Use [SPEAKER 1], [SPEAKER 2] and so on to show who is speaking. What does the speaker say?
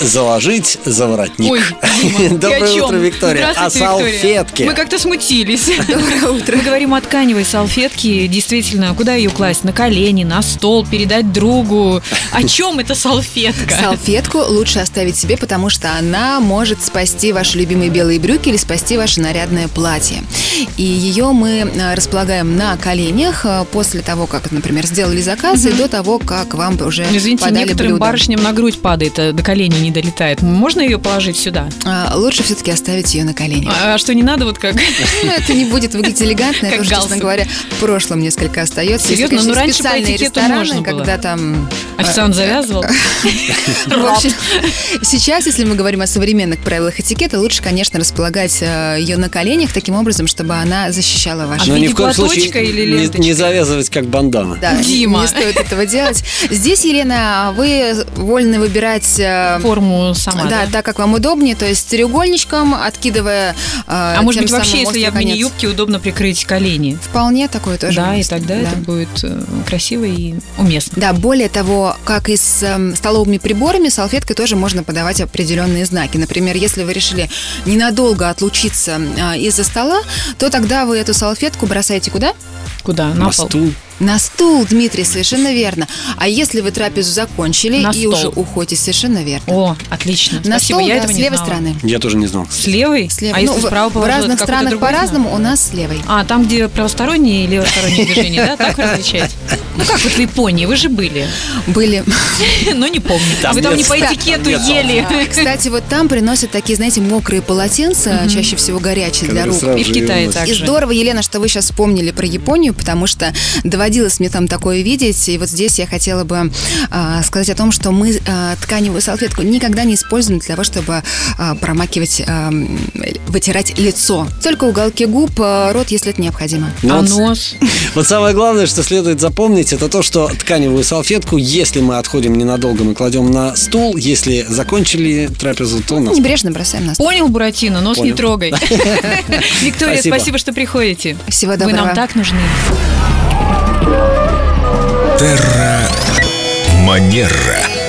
[SPEAKER 1] заложить за воротник.
[SPEAKER 2] Ой, Дима, ты о
[SPEAKER 1] Доброе
[SPEAKER 2] чем?
[SPEAKER 1] утро, Виктория. А О
[SPEAKER 2] Здравствуйте, Виктория.
[SPEAKER 1] салфетке.
[SPEAKER 2] Мы как-то смутились.
[SPEAKER 3] Доброе утро.
[SPEAKER 2] Мы говорим о тканевой салфетке. Действительно, куда ее класть? На колени, на стол, передать другу. О чем эта салфетка?
[SPEAKER 3] Салфетку лучше оставить себе, потому что она может спасти ваши любимые белые брюки или спасти ваше нарядное платье. И ее мы э, располагаем на коленях э, после того, как, например, сделали заказ и до того, как вам уже
[SPEAKER 2] Извините,
[SPEAKER 3] подали
[SPEAKER 2] некоторым
[SPEAKER 3] блюдо.
[SPEAKER 2] барышням на грудь падает, а до колени не долетает. Можно ее положить сюда?
[SPEAKER 3] А, Лучше все-таки оставить ее на коленях.
[SPEAKER 2] А а что не надо, вот как?
[SPEAKER 3] Ну, это не будет выглядеть элегантно,
[SPEAKER 2] Как
[SPEAKER 3] это уже, честно
[SPEAKER 2] галстук.
[SPEAKER 3] говоря, в прошлом несколько остается. Если,
[SPEAKER 2] Серьезно?
[SPEAKER 3] конечно,
[SPEAKER 2] Ну, раньше по
[SPEAKER 3] специальные
[SPEAKER 2] этикету
[SPEAKER 3] рестораны,
[SPEAKER 2] можно было.
[SPEAKER 3] когда там...
[SPEAKER 2] Официант
[SPEAKER 3] Э,
[SPEAKER 2] завязывал.
[SPEAKER 3] Ну, В общем, сейчас, если мы говорим о современных правилах этикета, лучше, конечно, располагать э, ее на коленях таким образом, чтобы она защищала
[SPEAKER 1] Но
[SPEAKER 3] ваши
[SPEAKER 2] в
[SPEAKER 1] Ну, ни
[SPEAKER 2] виде
[SPEAKER 1] в коем случае
[SPEAKER 2] платочка или
[SPEAKER 1] не- не,
[SPEAKER 2] ленточки?
[SPEAKER 1] завязывать как бандана.
[SPEAKER 3] Да, не-
[SPEAKER 2] Дима.
[SPEAKER 3] не стоит этого делать. Здесь, Елена, вы вольны выбирать... э,
[SPEAKER 2] Форму сама,
[SPEAKER 3] да,
[SPEAKER 2] да?
[SPEAKER 3] так как вам удобнее, то есть треугольничком, откидывая. э,
[SPEAKER 2] А может быть, вообще, если я в мини-юбке, удобно прикрыть колени?
[SPEAKER 3] Вполне такое тоже.
[SPEAKER 2] Да, и
[SPEAKER 3] есть.
[SPEAKER 2] тогда
[SPEAKER 3] Да.
[SPEAKER 2] это будет э, красиво и уместно.
[SPEAKER 3] Да, более того, как и с эм, столовыми приборами, салфеткой тоже можно подавать определенные знаки. Например, если вы решили ненадолго отлучиться а, из-за стола, то тогда вы эту салфетку бросаете куда?
[SPEAKER 2] Куда? На
[SPEAKER 1] На
[SPEAKER 2] пол.
[SPEAKER 1] стул.
[SPEAKER 3] На стул, Дмитрий, совершенно верно. А если вы трапезу закончили
[SPEAKER 2] На
[SPEAKER 3] и
[SPEAKER 2] стол.
[SPEAKER 3] уже уходите, совершенно верно.
[SPEAKER 2] О, отлично.
[SPEAKER 3] На
[SPEAKER 2] Спасибо,
[SPEAKER 3] стол,
[SPEAKER 2] я
[SPEAKER 3] да,
[SPEAKER 2] этого
[SPEAKER 3] с
[SPEAKER 2] не
[SPEAKER 3] левой
[SPEAKER 2] знала.
[SPEAKER 3] стороны.
[SPEAKER 1] Я тоже не знал.
[SPEAKER 2] С левой?
[SPEAKER 3] Слева.
[SPEAKER 2] А если
[SPEAKER 3] Ну, в-
[SPEAKER 2] справа
[SPEAKER 3] в,
[SPEAKER 2] положила, это
[SPEAKER 3] разных
[SPEAKER 2] какой-то
[SPEAKER 3] странах
[SPEAKER 2] другой
[SPEAKER 3] по-разному,
[SPEAKER 2] знак?
[SPEAKER 3] у нас с левой.
[SPEAKER 2] А, там, где правосторонние и левосторонние движения, да? Так различать? Ну, как вот в Японии? Вы же были.
[SPEAKER 3] Были.
[SPEAKER 2] А. Но не помню.
[SPEAKER 1] Там
[SPEAKER 2] Вы там не
[SPEAKER 1] нет
[SPEAKER 2] по
[SPEAKER 3] салфеток.
[SPEAKER 2] этикету
[SPEAKER 1] Нет
[SPEAKER 2] ели.
[SPEAKER 3] А, Кстати, вот там приносят такие, знаете, мокрые полотенца, чаще всего горячие для
[SPEAKER 1] которые
[SPEAKER 3] рук.
[SPEAKER 1] сразу
[SPEAKER 2] И в
[SPEAKER 1] же
[SPEAKER 2] Китае
[SPEAKER 1] уносят.
[SPEAKER 2] так.
[SPEAKER 3] И
[SPEAKER 2] же.
[SPEAKER 3] здорово, Елена, что вы сейчас вспомнили про Японию, потому что доводилось мне там такое видеть. И вот здесь я хотела бы а, сказать о том, что мы а, тканевую салфетку никогда не используем для того, чтобы а, промакивать, а, м, вытирать лицо. Только уголки губ, а, рот, если это необходимо.
[SPEAKER 1] Ну,
[SPEAKER 2] А
[SPEAKER 1] вот
[SPEAKER 2] нос?
[SPEAKER 1] Вот самое главное, что следует запомнить, это то, что тканевую салфетку, если мы отходим ненадолго, мы кладем на стул, если закончили трапезу, то
[SPEAKER 2] Ну,
[SPEAKER 1] на стул.
[SPEAKER 3] Небрежно бросаем нас.
[SPEAKER 2] Понял, Буратино, нос не
[SPEAKER 1] Понял.
[SPEAKER 2] трогай. Виктория,
[SPEAKER 1] Спасибо.
[SPEAKER 2] спасибо, что приходите.
[SPEAKER 3] Всего
[SPEAKER 2] Вы
[SPEAKER 3] доброго.
[SPEAKER 2] нам так нужны.
[SPEAKER 4] Манера.